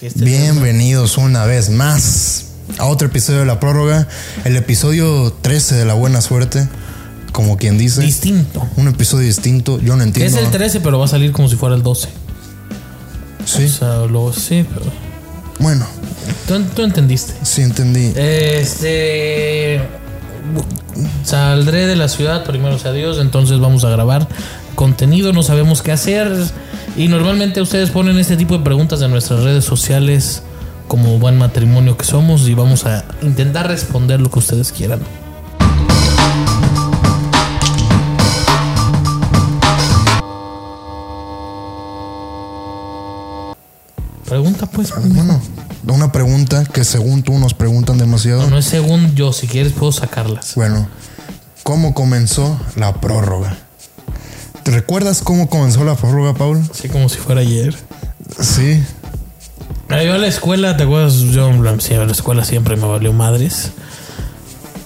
Este Bienvenidos es una vez más a otro episodio de La Prórroga, el episodio 13 de La Buena Suerte, como quien dice. Distinto. Un episodio distinto, yo no entiendo. Es el 13, pero va a salir como si fuera el 12. Sí. O sea, lo, sí, pero... Bueno, Tú, tú entendiste. sí entendí. Este... Saldré de la ciudad, primero sea Dios, entonces vamos a grabar contenido, no sabemos qué hacer. Y normalmente ustedes ponen este tipo de preguntas en nuestras redes sociales como buen matrimonio que somos y vamos a intentar responder lo que ustedes quieran. Pregunta pues. Bueno, una pregunta que según tú nos preguntan demasiado. No es según yo, si quieres puedo sacarlas. Bueno, ¿cómo comenzó la prórroga? ¿Te recuerdas cómo comenzó la prórroga, Paul? Así como si fuera ayer. Sí. Mira, yo a la escuela, ¿te acuerdas? Yo la- sí, a la escuela siempre me valió madres.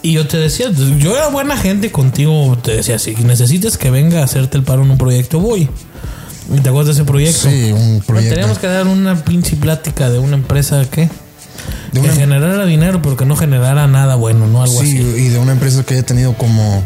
Y yo te decía, yo era buena gente contigo, te decía, si necesitas que venga a hacerte el paro en un proyecto, voy. ¿Y te acuerdas de ese proyecto? Sí, un Bueno, teníamos proyecto. que dar una pinche plática de una empresa que, De que una- em- generara dinero, pero que no generara nada bueno, ¿no? Algo sí, así. y de una empresa que haya tenido como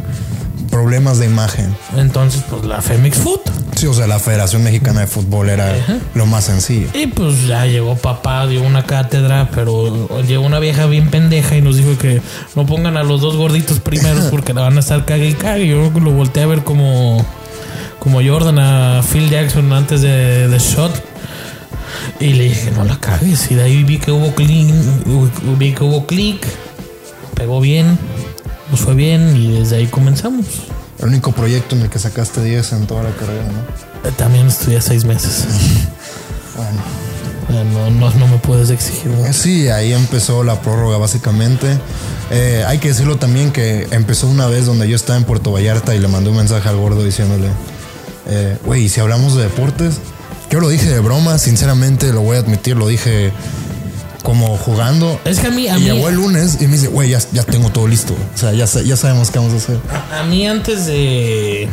problemas de imagen. Entonces, pues la Femex Food. Sí, o sea, la Federación Mexicana de Fútbol era lo más sencillo. Y pues ya llegó papá, dio una cátedra, pero llegó una vieja bien pendeja y nos dijo que no pongan a los dos gorditos primeros porque la van a estar cague y cague. Yo lo volteé a ver como, como Jordan a Phil Jackson antes de, de Shot. Y le dije, no la cagues. Y de ahí vi que hubo clic, vi que hubo clic, pegó bien, nos fue bien y desde ahí comenzamos. El único proyecto en el que sacaste 10 en toda la carrera, ¿no? Eh, También estudié seis meses. Bueno. Eh, No, no, no me puedes exigir. mucho. Eh, Sí, ahí empezó la prórroga básicamente. Eh, hay que decirlo también que empezó una vez donde yo estaba en Puerto Vallarta y le mandé un mensaje al gordo diciéndole, eh, güey, ¿y si hablamos de deportes, yo lo dije de broma, sinceramente lo voy a admitir, lo dije como jugando. Es que a mí, a Y mí, llegó el lunes y me dice, güey, ya, ya tengo todo listo. O sea, ya, sa- ya sabemos qué vamos a hacer. A mí antes de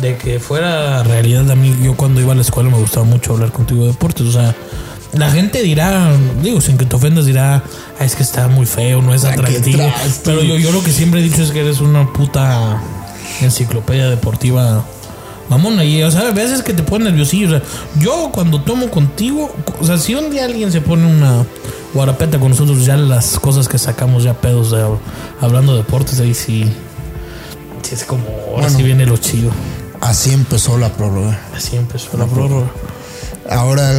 de que fuera realidad a mí yo cuando iba a la escuela me gustaba mucho hablar contigo de deportes, o sea, la gente dirá, digo, sin que te ofendas dirá, "Ah, es que está muy feo, no es qué atractivo. traes tú? Pero yo, yo lo que siempre he dicho es que eres una puta enciclopedia deportiva mamona. Y o sea, a veces que te pone nerviosillo. O sea, yo cuando tomo contigo, o sea, si un día alguien se pone una guarapeta con nosotros, ya las cosas que sacamos ya pedos de- hablando de deportes, ahí sí. sí es como, ahora sí viene lo chido. Así empezó la prórroga. Así empezó la prórroga. Ahora,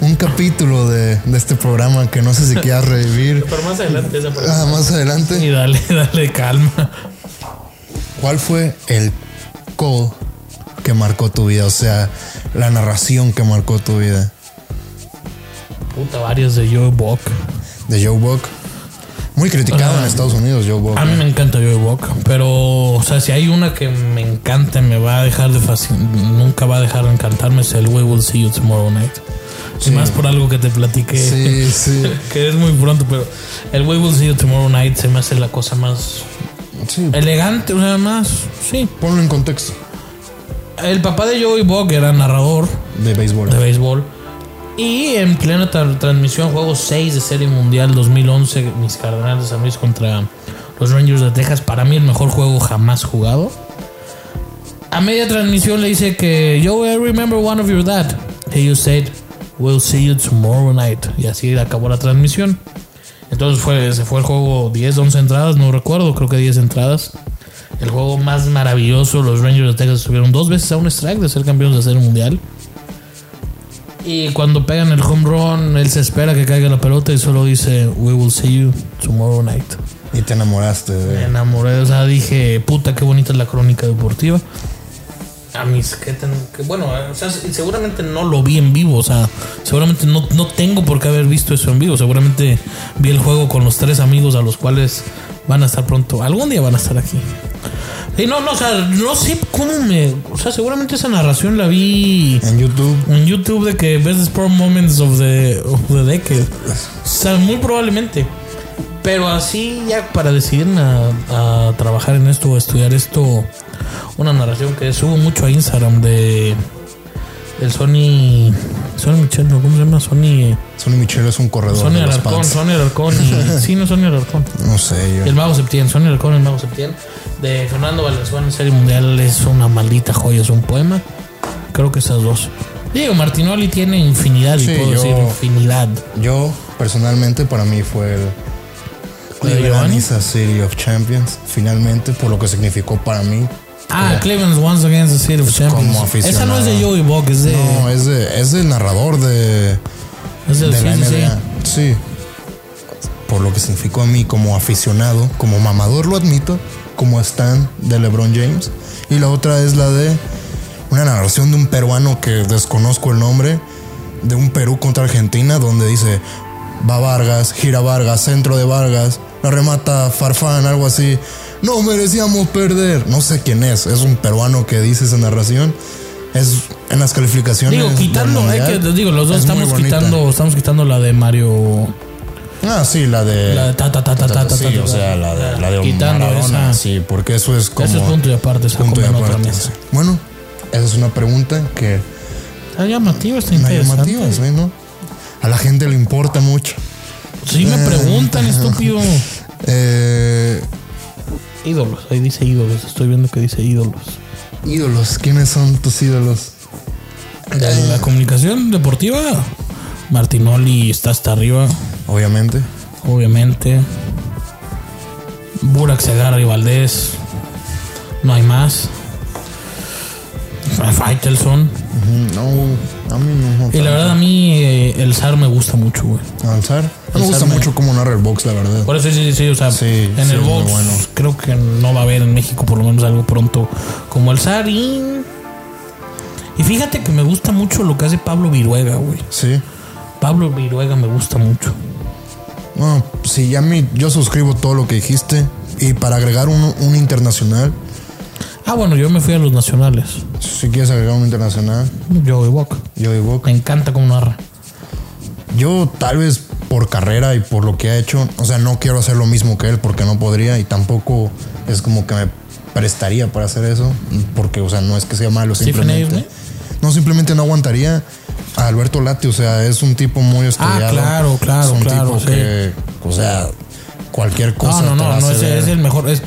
un capítulo de, de este programa que no sé si quieras revivir. Pero más adelante esa Ah, más Y adelante, dale, dale calma. ¿cuál fue el call que marcó tu vida? O sea, la narración que marcó tu vida Puta, varios de Joe Buck. de Joe Buck. Muy criticado en Estados Unidos, Joe Buck. A mí me encanta Joe Buck, pero, o sea, si hay una que me encanta, me va a dejar de fascin- nunca va a dejar de encantarme, es el We Will See You Tomorrow Night. Y más por algo que te platiqué, Sí, sí. que es muy pronto, pero el We Will See You Tomorrow Night se me hace la cosa más sí. elegante, o sea, más, sí. Ponlo en contexto El papá de Joey Buck era narrador de béisbol. de béisbol. Y en plena tra- transmisión, juego 6 de Serie Mundial 2011, mis Cardenales de San Luis contra los Rangers de Texas. Para mí, el mejor juego jamás jugado. A media transmisión le dice que yo I remember one of your dad. He you said, we'll see you tomorrow night. Y así acabó la transmisión. Entonces fue, se fue el juego 10, 11 entradas, no recuerdo, creo que 10 entradas. El juego más maravilloso, los Rangers de Texas estuvieron dos veces a un strike de ser campeones de serie mundial. Y cuando pegan el home run, él se espera que caiga la pelota y solo dice, We will see you tomorrow night. Y te enamoraste Me de... enamoré, o sea, dije, puta, qué bonita es la crónica deportiva. A mis que, ten- que- bueno, eh, o sea, se- seguramente no lo vi en vivo, o sea, seguramente no, no tengo por qué haber visto eso en vivo, seguramente vi el juego con los tres amigos a los cuales van a estar pronto, algún día van a estar aquí. Y no, no, o sea, no sé cómo me, o sea, seguramente esa narración la vi En YouTube. en YouTube de que Best Sport Moments of the, of the Decade. O sea, muy probablemente. Pero así ya para decidirme a, a trabajar en esto o estudiar esto, una narración que subo mucho a Instagram de el Sony Sony Michel, ¿no? ¿cómo se llama? Sony. eh, Sony Michel es un corredor. Sony de los Alarcón, Pats. Sony Alarcón. y- sí, no, Sony Alarcón. No sé, yo. El Mago Septién, Sony Alarcón, el Mago Septién. De Fernando Valenzuela en Serie Mundial es una maldita joya, es un poema. Creo que esas dos. Diego Martinoli tiene infinidad, y Sí, puedo yo- decir infinidad. Yo, personalmente, para mí fue el. ¿El de Giovanni? Organiza City of Champions, finalmente, por lo que significó para mí. Ah, Cleveland's once against the City of Champions. Esa no aficionado. es de Joey Bock, es de. No, es, de- es del narrador de, es del- de la sí, sí, sí. NBA. Sí. Por lo que significó a mí como aficionado, como mamador, lo admito, como Stan de LeBron James. Y la otra es la de una narración de un peruano que desconozco el nombre, de un Perú contra Argentina, donde dice: va Vargas, gira Vargas, centro de Vargas, la remata Farfán, algo así. No merecíamos perder. No sé quién es, es un peruano que dice esa narración. Es en las calificaciones. Digo, del quitando, hay Mundial, que, digo, los dos es muy estamos bonita. quitando, estamos quitando la de Mario. Ah, sí, la de. La de ta, ta, ta, ta, ta, ta, sí, ta, o ta. sea, la de, la de Quitando Maradona, esa. Sí, porque eso es como. Eso es punto y aparte, está punto y como en otra aparte, mesa. sí. Bueno, esa es una pregunta que Está llamativo, está no hay interesante. llamativa, ¿sí, ¿no? A la gente le importa mucho. Sí, me preguntan, estúpido. Eh, Ídolos, ahí dice ídolos, estoy viendo que dice ídolos. ídolos, ¿quiénes son tus ídolos? De la comunicación deportiva, Martinoli está hasta arriba, Obviamente. obviamente. Burak Segarra y Valdés. No hay más. Faitelson. Ujú, No, a mí no. Y la verdad, a mí eh, el SAR me gusta mucho, güey. Avanzar. Me gusta Alzarme. mucho cómo narra el box, la verdad. Por eso sí, sí, sí, o sea, Sí, en sí, el es muy box bueno. creo que no va a haber en México por lo menos algo pronto como el SAR y... y fíjate que me gusta mucho lo que hace Pablo Viruega, güey. Sí. Pablo Viruega me gusta mucho. No, sí, a mí yo suscribo todo lo que dijiste. Y para agregar un, un internacional, Ah, bueno, yo me fui a los nacionales. si quieres agregar un internacional, Joey Bock. yo digo Me encanta cómo narra. Yo tal vez por carrera y por lo que ha hecho, o sea, no quiero hacer lo mismo que él porque no podría y tampoco es como que me prestaría para hacer eso, porque, o sea, no es que sea malo, Stephen simplemente. No, simplemente no aguantaría a Alberto Lati, o sea, es un tipo muy estudiado. Ah, claro, claro, es un claro, tipo sí. que, o sea, cualquier No, cosa. no, te no, Pues la no hace es, ver. es el mejor, es,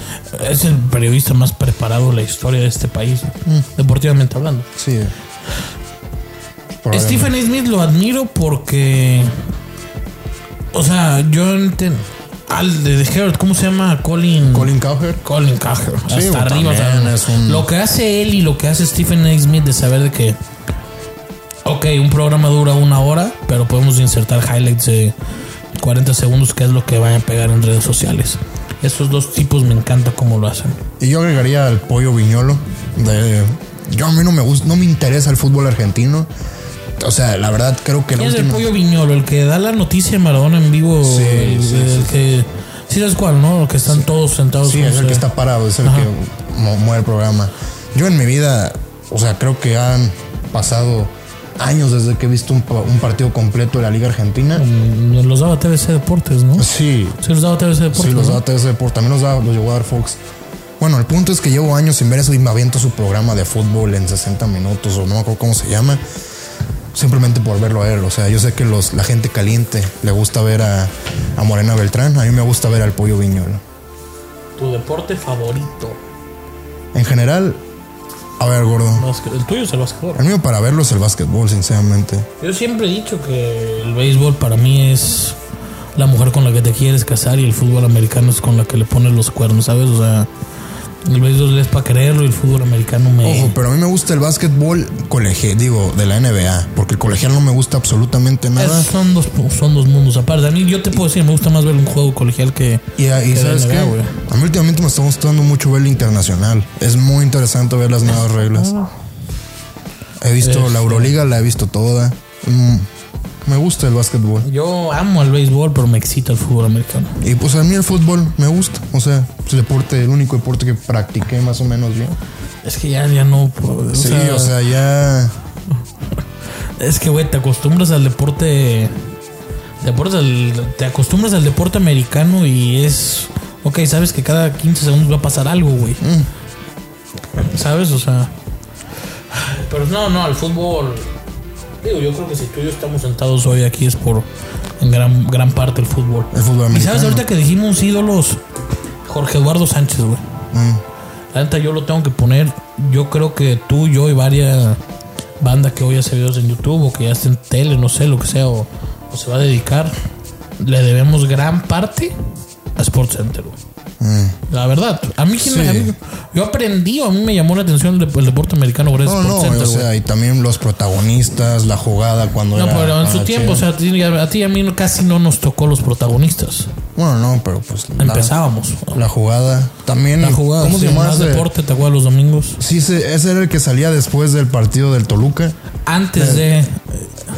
es el periodista más preparado de la historia de este país, Mm. deportivamente hablando. Sí. Probablemente. Stephen A. Smith lo admiro porque. O sea, yo entiendo. Al de The Herald, ¿cómo se llama? Colin. Colin Cowher. Colin Cowherd. Sí, Hasta o arriba. o sea, también es un- Lo que hace él y lo que hace Stephen A. Smith de saber de que. Ok, un programa dura una hora, pero podemos insertar highlights de 40 segundos, que es lo que van a pegar en redes sociales. Esos dos tipos me encanta cómo lo hacen. Y yo agregaría al pollo viñolo. De, yo a mí no me gusta, no me interesa el fútbol argentino. O sea, la verdad creo que la ¿Quién es el última- pollo viñolo? El que da la noticia en Maradona en vivo. Sí, el, sí, el sí, que. Sí, sabes cuál, ¿no? El que están todos sentados. Sí, como es el se- que está parado, es el Ajá. que mu- mueve el programa. Yo en mi vida, o sea, creo que han pasado años desde que he visto un, pa- un partido completo de la Liga Argentina. Mm, Los daba TVC Deportes, ¿no? Sí, Sí, los daba TVC Deportes. sí, los ¿no? da TS Deportes, también los, da, los llegó a dar Fox. Bueno, el punto es que llevo años sin ver eso y me aviento su programa de fútbol en 60 minutos o no me acuerdo cómo se llama. simplemente por verlo a él. O sea, yo sé que los, la gente caliente le gusta ver a, a Morena Beltrán. A mí me gusta ver al Pollo Viñolo. Tu deporte favorito. En general, a ver, gordo. Básquet- El tuyo es el básquetbol. El mío para verlo es el básquetbol, sinceramente. Yo siempre he dicho que el béisbol para mí es la mujer con la que te quieres casar y el fútbol americano es con la que le pones los cuernos, ¿sabes? O sea, el béisbol es para creerlo y el fútbol americano me. Ojo, pero a mí me gusta el básquetbol colegial, digo, de la NBA, porque el colegial no me gusta absolutamente nada. Esos son dos, son dos mundos aparte. A mí yo te puedo decir, me gusta más ver un juego colegial que... Y, ah, y que sabes de qué? NBA, güey. A mí últimamente me está gustando mucho ver el internacional. Es muy interesante ver las nuevas reglas. He visto Este. la Euroliga, la he visto toda. Mm, me gusta el básquetbol. Yo amo el béisbol, pero me excita el fútbol americano. Y pues a mí el fútbol me gusta. O sea, es el deporte, el único deporte que practiqué más o menos bien. Es que ya, ya no... o sí, sea, o sea, ya. Es que, güey, te acostumbras al deporte... deportes al- te acostumbras al deporte americano y es... Ok, sabes que cada 15 segundos va a pasar algo, güey. ¿Sabes? O sea... Pero no, no, el fútbol... Digo, yo creo que si tú y yo estamos sentados hoy aquí es por en gran, gran parte el fútbol. El fútbol Y sabes, americano. ahorita que dijimos ídolos, Jorge Eduardo Sánchez, güey. Mm. La neta, yo lo tengo que poner. Yo creo que tú, yo y varias bandas que hoy hace videos en YouTube o que ya está en tele, no sé, lo que sea, o, o se va a dedicar, le debemos gran parte a SportsCenter, güey. Mm. La verdad, a mí, quien Sí. me- a mí- yo aprendí, o a mí me llamó la atención el, dep- el deporte americano gracias No, a no, SportsCenter, o güey. sea, y también los protagonistas, la jugada cuando No, era- pero en ah, su tiempo, o chido. sea, a ti, a ti y a mí casi no nos tocó los protagonistas. Bueno, no, pero pues la- Empezábamos. La, jugada. También La jugada, ¿Cómo sí, se llamaba más ese? deporte, te acuerdas los domingos. Sí, ese, ese era el que salía después del partido del Toluca. Antes de.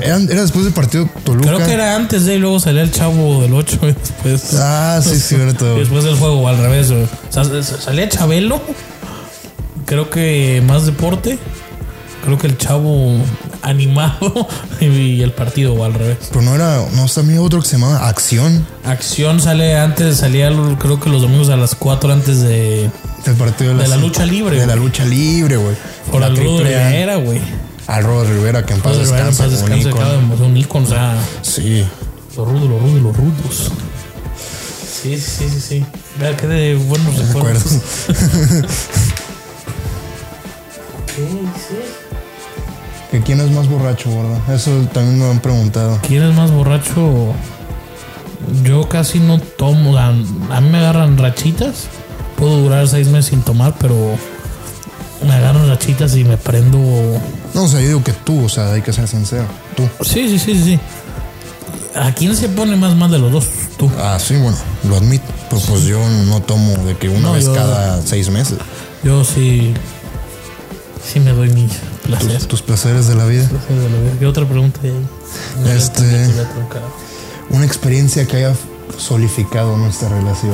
Era, era después del partido Toluca. Creo que era antes de y luego salía el chavo del 8 y después. Ah, sí, cierto. y después del juego, o al revés. güey. O sea, s- s- salía Chabelo. Creo que más deporte. Creo que el chavo animado y, y el partido, o al revés. Pero no era, no, también otro que se llamaba Acción Acción sale antes, salía lo- creo que los domingos a las 4 antes de. del partido de la, De la lucha libre, De la güey. lucha libre, güey. Por La el Rudo triple A. Rivera, güey. Al Rod Rivera, que en paz Padre Rivera, descanse. paz como descanse, Lincoln. acaba de morir un ícono, o sea, Sí. los rudos, los rudos, los rudos. Sí, sí, sí, sí. Vea que de buenos recuerdos. Recuerdos. Sí, sí. ¿Que ¿Quién es más borracho, gordo? Eso también me han preguntado. ¿Quién es más borracho? Yo casi no tomo, o sea, a mí me agarran rachitas. Puedo durar seis meses sin tomar, pero me agarran rachitas y me prendo. No, o sea, yo digo que tú, o sea, hay que ser sincero. Tú. Sí, sí, sí, sí, sí. ¿A quién se pone más mal de los dos? Tú. Ah, sí, bueno, lo admito. Pero pues yo no tomo de que una No, vez yo- cada seis meses. Yo sí. Sí me doy mi placer. Tus placeres de la vida. Placer de la vida. ¿Qué otra pregunta hay ahí? No sé, Este- también te voy a truncar. Una experiencia que haya solidificado nuestra relación,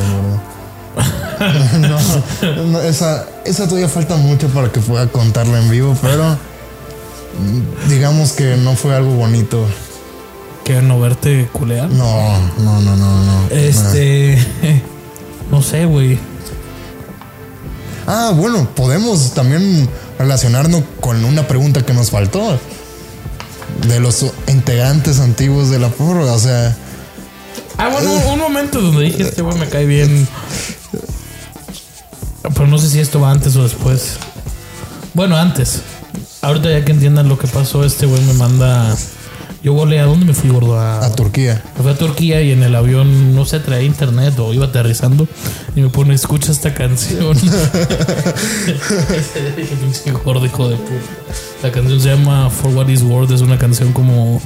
¿verdad? no, no, esa, esa todavía falta mucho para que pueda contarla en vivo, pero mm, digamos que no fue algo bonito. ¿Que no verte culear? No, no, no, no, no. Este. No sé, güey. Ah, bueno, podemos también relacionarnos con una pregunta que nos faltó. De los integrantes antiguos de la prórroga, o sea, Ah, bueno, un- un momento donde dije este güey me cae bien. Pero no sé si esto va antes o después. Bueno, antes. Ahorita ya que entiendan lo que pasó, este güey me manda. Yo volé a dónde me fui, gordo? a Turquía. Me fui a Turquía y en el avión no sé, traía internet o iba aterrizando y me pone, escucha esta canción. Dije, pinche gordo, hijo de puta. La canción se llama For What Is Worth, es una canción como...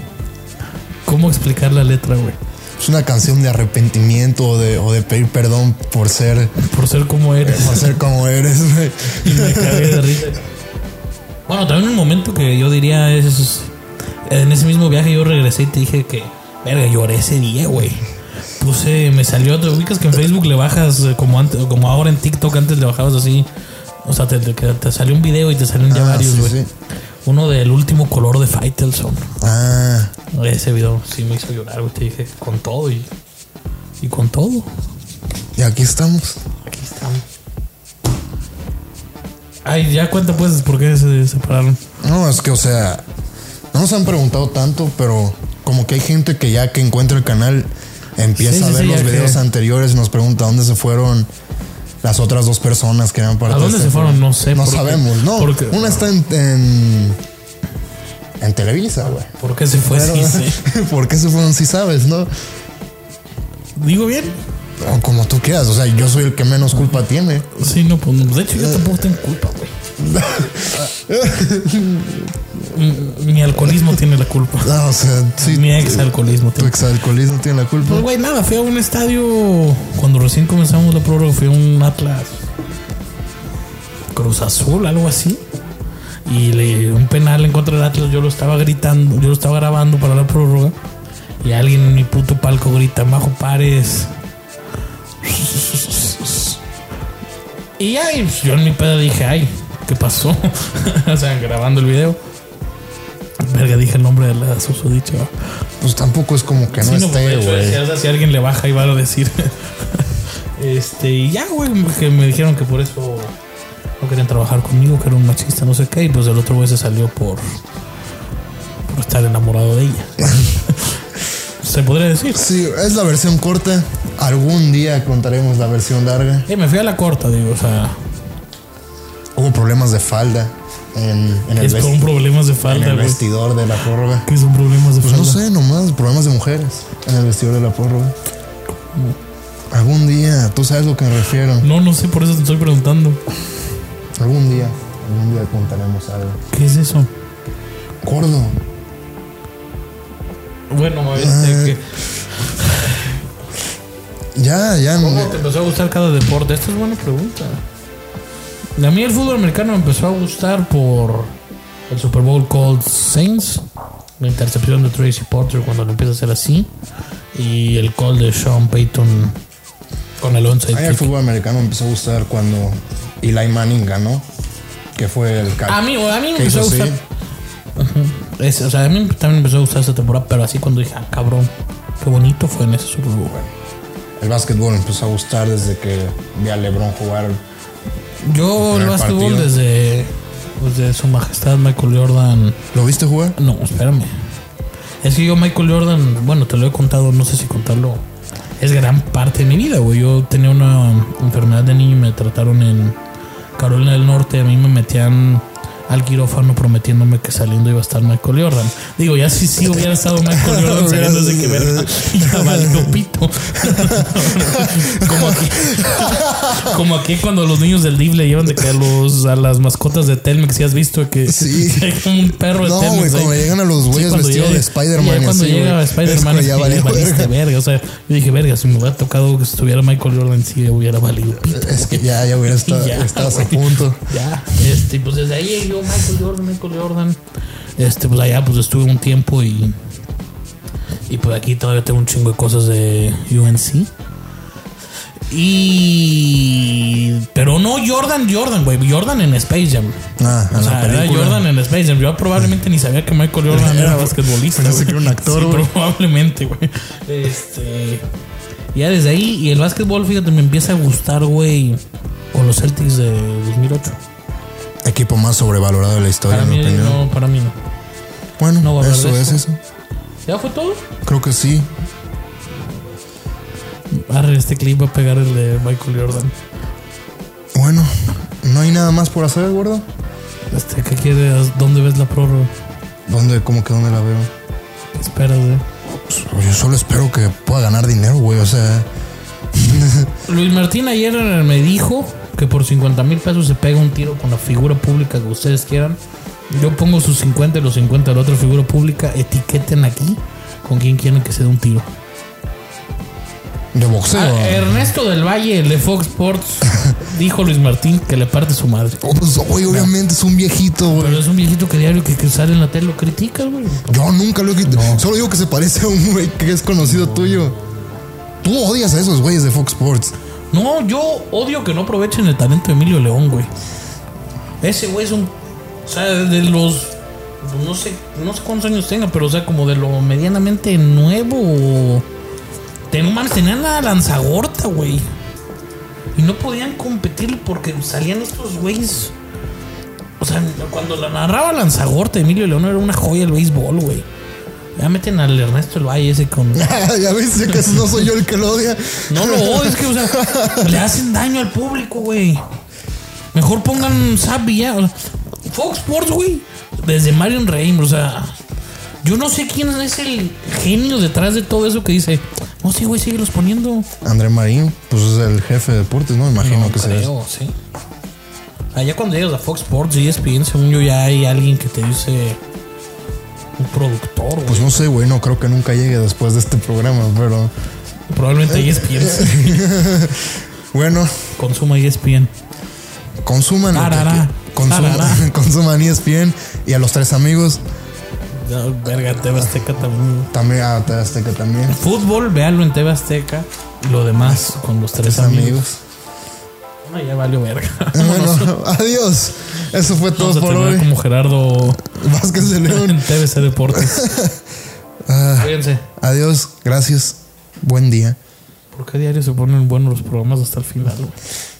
¿Cómo explicar la letra, güey? Es una canción de arrepentimiento o de, o de pedir perdón por ser, Por ser como eres. por ser como eres, güey. Y me cagué de risa. Bueno, también un momento que yo diría es... En ese mismo viaje yo regresé y te dije que... Verga, lloré ese día, güey. Puse, me salió, te ubicas que en Facebook le bajas eh, como antes, como ahora en TikTok antes le bajabas así. O sea, te, te, te salió un video y te salieron ya Ah, varios, sí, güey. sí. Uno del último color de Faitelson. Ah, Ese video sí me hizo llorar, güey. Te dije, con todo y, y con todo. y aquí estamos. Aquí estamos. Ay, ya cuenta pues por qué se separaron. No, es que, o sea, no nos han preguntado tanto, pero como que hay gente que ya que encuentra el canal empieza Sí, a sí, ver sí, los ya videos que- anteriores y nos pregunta dónde se fueron las otras dos personas que eran parte ¿A de dónde este se fueron? programa. No sé, No porque- sabemos, no. porque- Una está en, en, en Televisa, güey. ¿Por qué se fue? Pero- Pues Sí, sí. ¿Por qué se fueron si sabes, no? ¿Digo bien? O como tú quieras, o sea, yo soy el que menos culpa tiene. Sí, no, pues no. de hecho Eh. yo tampoco tengo culpa, güey. Mm, Mi alcoholismo tiene la culpa. No, Ah, o sea, sí, Mi ex alcoholismo tu tiene. exalcoholismo tiene la culpa. Pues güey, nada, fui a un estadio cuando recién comenzamos la prórroga, fui a un Atlas Cruz Azul, algo así. Y le un penal en contra del Atlas, yo lo estaba gritando, yo lo estaba grabando para la prórroga. Y alguien en mi puto palco grita, Majo Pares. Y ya, y yo en mi pedo dije, ay, ¿qué pasó? o sea, grabando el video. Verga, dije el nombre de la susodicha. Pues tampoco es como que no Sí, no, pues, esté, de hecho, güey. decía, o sea, si alguien le baja y va a decir. este, y ya, güey, que me dijeron que por eso no querían trabajar conmigo, que era un machista, no sé qué. Y pues el otro güey se salió por. por estar enamorado de ella. Se podría decir. Sí, es la versión corta. Algún día contaremos la versión larga. Y me fui a la corta, digo, o sea, Hubo problemas de falda en, en el, es vest- con problemas de en falda, el güey. vestidor de la prórroga. ¿Qué son problemas de Pues falda? no sé, nomás problemas de mujeres en el vestidor de la prórroga. Algún día, tú sabes lo que me refiero. No, no sé, por eso te estoy preguntando. Algún día, algún día contaremos algo. ¿Qué es eso? Gordo, Bueno, Ah. este, que- ya, ya. no- ¿cómo te empezó a gustar cada deporte? Esta es buena pregunta. A mí el fútbol americano me empezó a gustar por el Super Bowl Colts Saints, la intercepción de Tracy Porter cuando lo empieza a hacer así, y el call de Sean Payton con el A mí el 11. fútbol americano me empezó a gustar cuando Eli Manning ganó, que fue el A mí, a mí me que empezó a hizo así. gustar. Es- o sea, a mí también me empezó a gustar esta temporada, pero así cuando dije, ah, cabrón, qué bonito fue en ese Super Bowl. El básquetbol me empezó a gustar desde que vi a LeBron jugar. Yo el primer básquetbol partido. desde, desde su majestad Michael Jordan. ¿Lo viste jugar? No, espérame. Es que yo Michael Jordan, bueno, te lo he contado, no sé si contarlo. Es gran parte de mi vida, güey. Yo tenía una enfermedad de niño y me trataron en Carolina del Norte. A mí me metían al quirófano prometiéndome que saliendo iba a estar Michael Jordan. Digo, ya si sí hubiera estado Michael Jordan saliendo desde que verga. Ya valió pito. como aquí. Como aquí cuando los niños del DIV le llevan de que a, los, a las mascotas de Telmex, si has visto que Sí. que hay como un perro de No, Telmex güey, ahí. cuando llegan a los güeyes cuando vestidos de Spider-Man ya y Cuando así, llega güey. Spider-Man, Es que es ya que valió valiste verga. verga. O sea, yo dije, verga, si me hubiera tocado que estuviera Michael Jordan, sí hubiera valido. pito. Es que ya, ya hubiera estado, Ya, estabas güey. a punto. Ya, este, pues desde ahí yo, Michael Jordan, Michael Jordan. Este, pues allá pues estuve un tiempo y. Y pues aquí todavía tengo un chingo de cosas de UNC. Y. Pero no Jordan, Jordan, güey. Jordan en Space Jam. Ah, en o sea, la era película. Jordan en Space Jam. Yo probablemente ni sabía que Michael Jordan era Era- basquetbolista. pensé güey. que era un actor, Sí, güey. probablemente, güey. Este. Ya desde ahí, y el básquetbol, fíjate, me empieza a gustar, güey, con los Celtics de 2008. Equipo más sobrevalorado de la historia, Para en mi mí, opinión. no, para mí no. bueno, no va a hablar eso de es eso. eso. ¿Ya fue todo? Creo que sí. Arre, este clip va a pegar el de Michael Jordan. Bueno, no hay nada más por hacer, gordo. Este, ¿qué quieres? ¿Dónde ves la prórroga? ¿Dónde, cómo que dónde la veo? ¿Qué esperas, güey? Pues, yo solo espero que pueda ganar dinero, güey. O sea, Luis Martín ayer me dijo que por 50 mil pesos se pega un tiro con la figura pública que ustedes quieran. Yo pongo sus 50 y los 50 de la otra figura pública. Etiqueten aquí con quién quieren que se dé un tiro. de boxeo. Ah, Ernesto del Valle, el de Fox Sports, dijo Luis Martín que le parte su madre. Oh, pues, güey, obviamente es un viejito, güey. Pero es un viejito que diario que, que sale en la tele lo critica, güey. Yo nunca lo he quitado. Solo digo que se parece a un güey que es conocido tuyo. Tú odias a esos güeyes de Fox Sports. No, yo odio que no aprovechen el talento de Emilio León, güey. Ese güey es un. O sea, de los. No sé, no sé cuántos años tenga, pero o sea, como de lo medianamente nuevo. Te, no mames, tenían la lanzagorta, güey. Y no podían competir porque salían estos güeyes. O sea, cuando la narraba lanzagorta, Emilio León era una joya del béisbol, güey. Ya meten al Ernesto El Valle ese con. ya ves, ya que no soy yo el que lo odia. No lo odio, es que, o sea, le hacen daño al público, güey. Mejor pongan Zap y ya. o sea, Fox Sports, güey. Desde Marion Reim, o sea. Yo no sé quién es el genio detrás de todo eso que dice. No, sí, güey, síguelos poniendo. André Marín, pues es el jefe de deportes, ¿no? Imagino No que se creo, sí. Allá cuando llegas a Fox Sports E y ESPN, según yo, ya hay alguien que te dice. Un productor, güey. Pues no sé, güey, no creo que nunca llegue después de este programa, pero Probablemente E ESPN. bueno, Consuma E ESPN. consuman lo que Tarará, qui- consuman- tarará. consuman E ESPN y a los tres amigos No, verga, TV Azteca también. también a TV Azteca también. Fútbol, véanlo en TV Azteca. Y lo demás con los tres, Tres amigos. amigos. No, ya valió verga. Bueno, adiós. Eso fue Vamos todo a por terminar hoy. como Gerardo Vázquez de León. Ah. en TVC Deportes. Cuídense. Adiós, gracias. Buen día. ¿Por qué diario se ponen buenos los programas hasta el final? güey?